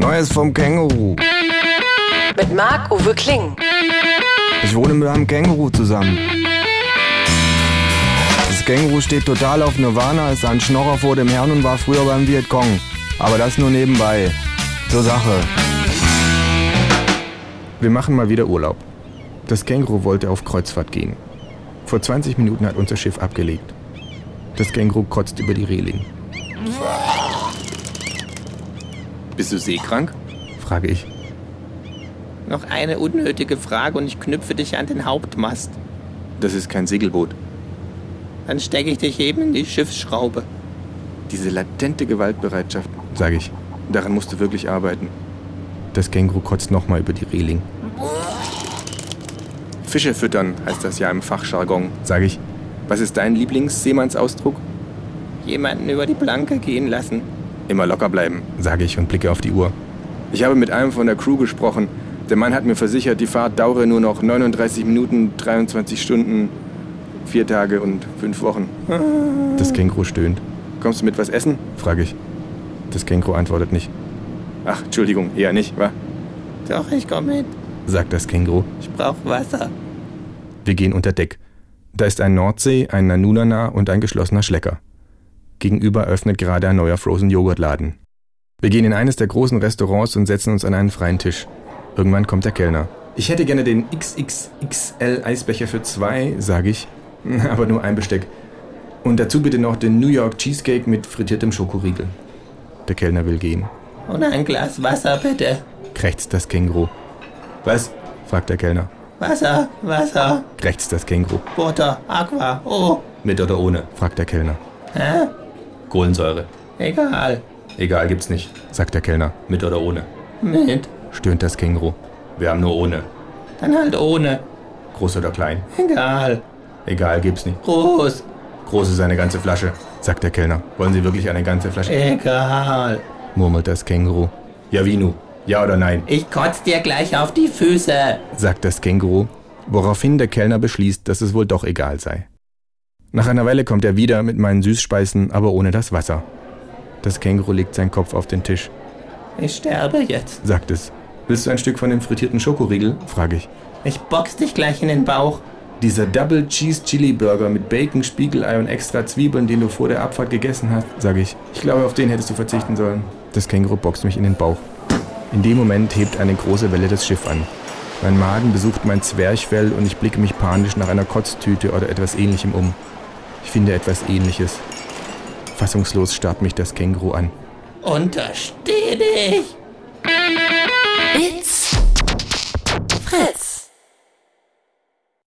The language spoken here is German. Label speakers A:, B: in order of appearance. A: Neues vom Känguru.
B: Mit Marc-Uwe Kling.
A: Ich wohne mit einem Känguru zusammen. Das Känguru steht total auf Nirvana, ist ein Schnorrer vor dem Herrn und war früher beim Vietcong. Aber das nur nebenbei. Zur Sache. Wir machen mal wieder Urlaub. Das Känguru wollte auf Kreuzfahrt gehen. Vor 20 Minuten hat unser Schiff abgelegt. Das Känguru kotzt über die Reling.
C: Bist du seekrank?
A: Frage ich.
D: Noch eine unnötige Frage und ich knüpfe dich an den Hauptmast.
C: Das ist kein Segelboot.
D: Dann stecke ich dich eben in die Schiffsschraube.
C: Diese latente Gewaltbereitschaft,
A: Sage ich.
C: daran musst du wirklich arbeiten.
A: Das Känguru kotzt nochmal über die Reling.
C: Fische füttern heißt das ja im Fachjargon.
A: Sage ich.
C: Was ist dein Lieblingsseemannsausdruck?
D: Jemanden über die Planke gehen lassen.
C: Immer locker bleiben.
A: Sage ich und blicke auf die Uhr.
C: Ich habe mit einem von der Crew gesprochen. Der Mann hat mir versichert, die Fahrt dauere nur noch 39 Minuten, 23 Stunden, 4 Tage und 5 Wochen.
A: Das Känguru stöhnt.
C: Kommst du mit was essen?
A: Frage ich. Das Känguru antwortet nicht.
C: Ach, Entschuldigung, eher nicht, wa?
D: Doch, ich komme mit.
A: Sagt das Känguru.
D: Ich brauche Wasser.
A: Wir gehen unter Deck. Da ist ein Nordsee, ein Nanunana und ein geschlossener Schlecker. Gegenüber öffnet gerade ein neuer Frozen-Joghurt-Laden. Wir gehen in eines der großen Restaurants und setzen uns an einen freien Tisch. Irgendwann kommt der Kellner. Ich hätte gerne den XXXL Eisbecher für zwei, sage ich. Aber nur ein Besteck. Und dazu bitte noch den New York Cheesecake mit frittiertem Schokoriegel. Der Kellner will gehen.
D: Und ein Glas Wasser, bitte.
A: Krächzt das Känguru. Was? fragt der Kellner.
D: Wasser, Wasser,
A: Krächzt das Känguru.
D: Butter, Aqua, oh.
A: Mit oder ohne? fragt der Kellner.
D: Hä?
A: Kohlensäure.
D: Egal.
A: Egal, gibt's nicht, sagt der Kellner. Mit oder ohne?
D: Mit.
A: stöhnt das Känguru. Wir haben nur ohne.
D: Dann halt ohne.
A: Groß oder klein?
D: Egal.
A: Egal, gibt's nicht.
D: Groß.
A: Groß ist eine ganze Flasche, sagt der Kellner. Wollen Sie wirklich eine ganze Flasche?
D: Egal.
A: murmelt das Känguru. Ja, wie nu? Ja oder nein?
D: Ich kotz dir gleich auf die Füße.
A: sagt das Känguru, woraufhin der Kellner beschließt, dass es wohl doch egal sei. Nach einer Weile kommt er wieder mit meinen Süßspeisen, aber ohne das Wasser. Das Känguru legt seinen Kopf auf den Tisch,
D: Ich sterbe jetzt.
A: sagt es. Willst du ein Stück von dem frittierten Schokoriegel? frage ich.
D: Ich box dich gleich in den Bauch.
A: Dieser Double Cheese Chili Burger mit Bacon, Spiegelei und extra Zwiebeln, den du vor der Abfahrt gegessen hast, sage ich. Ich glaube, auf den hättest du verzichten sollen. Das Känguru boxt mich in den Bauch. In dem Moment hebt eine große Welle das Schiff an. Mein Magen besucht mein Zwerchfell und ich blicke mich panisch nach einer Kotztüte oder etwas ähnlichem um. Ich finde etwas ähnliches. Fassungslos starrt mich das Känguru an.
D: Untersteh dich.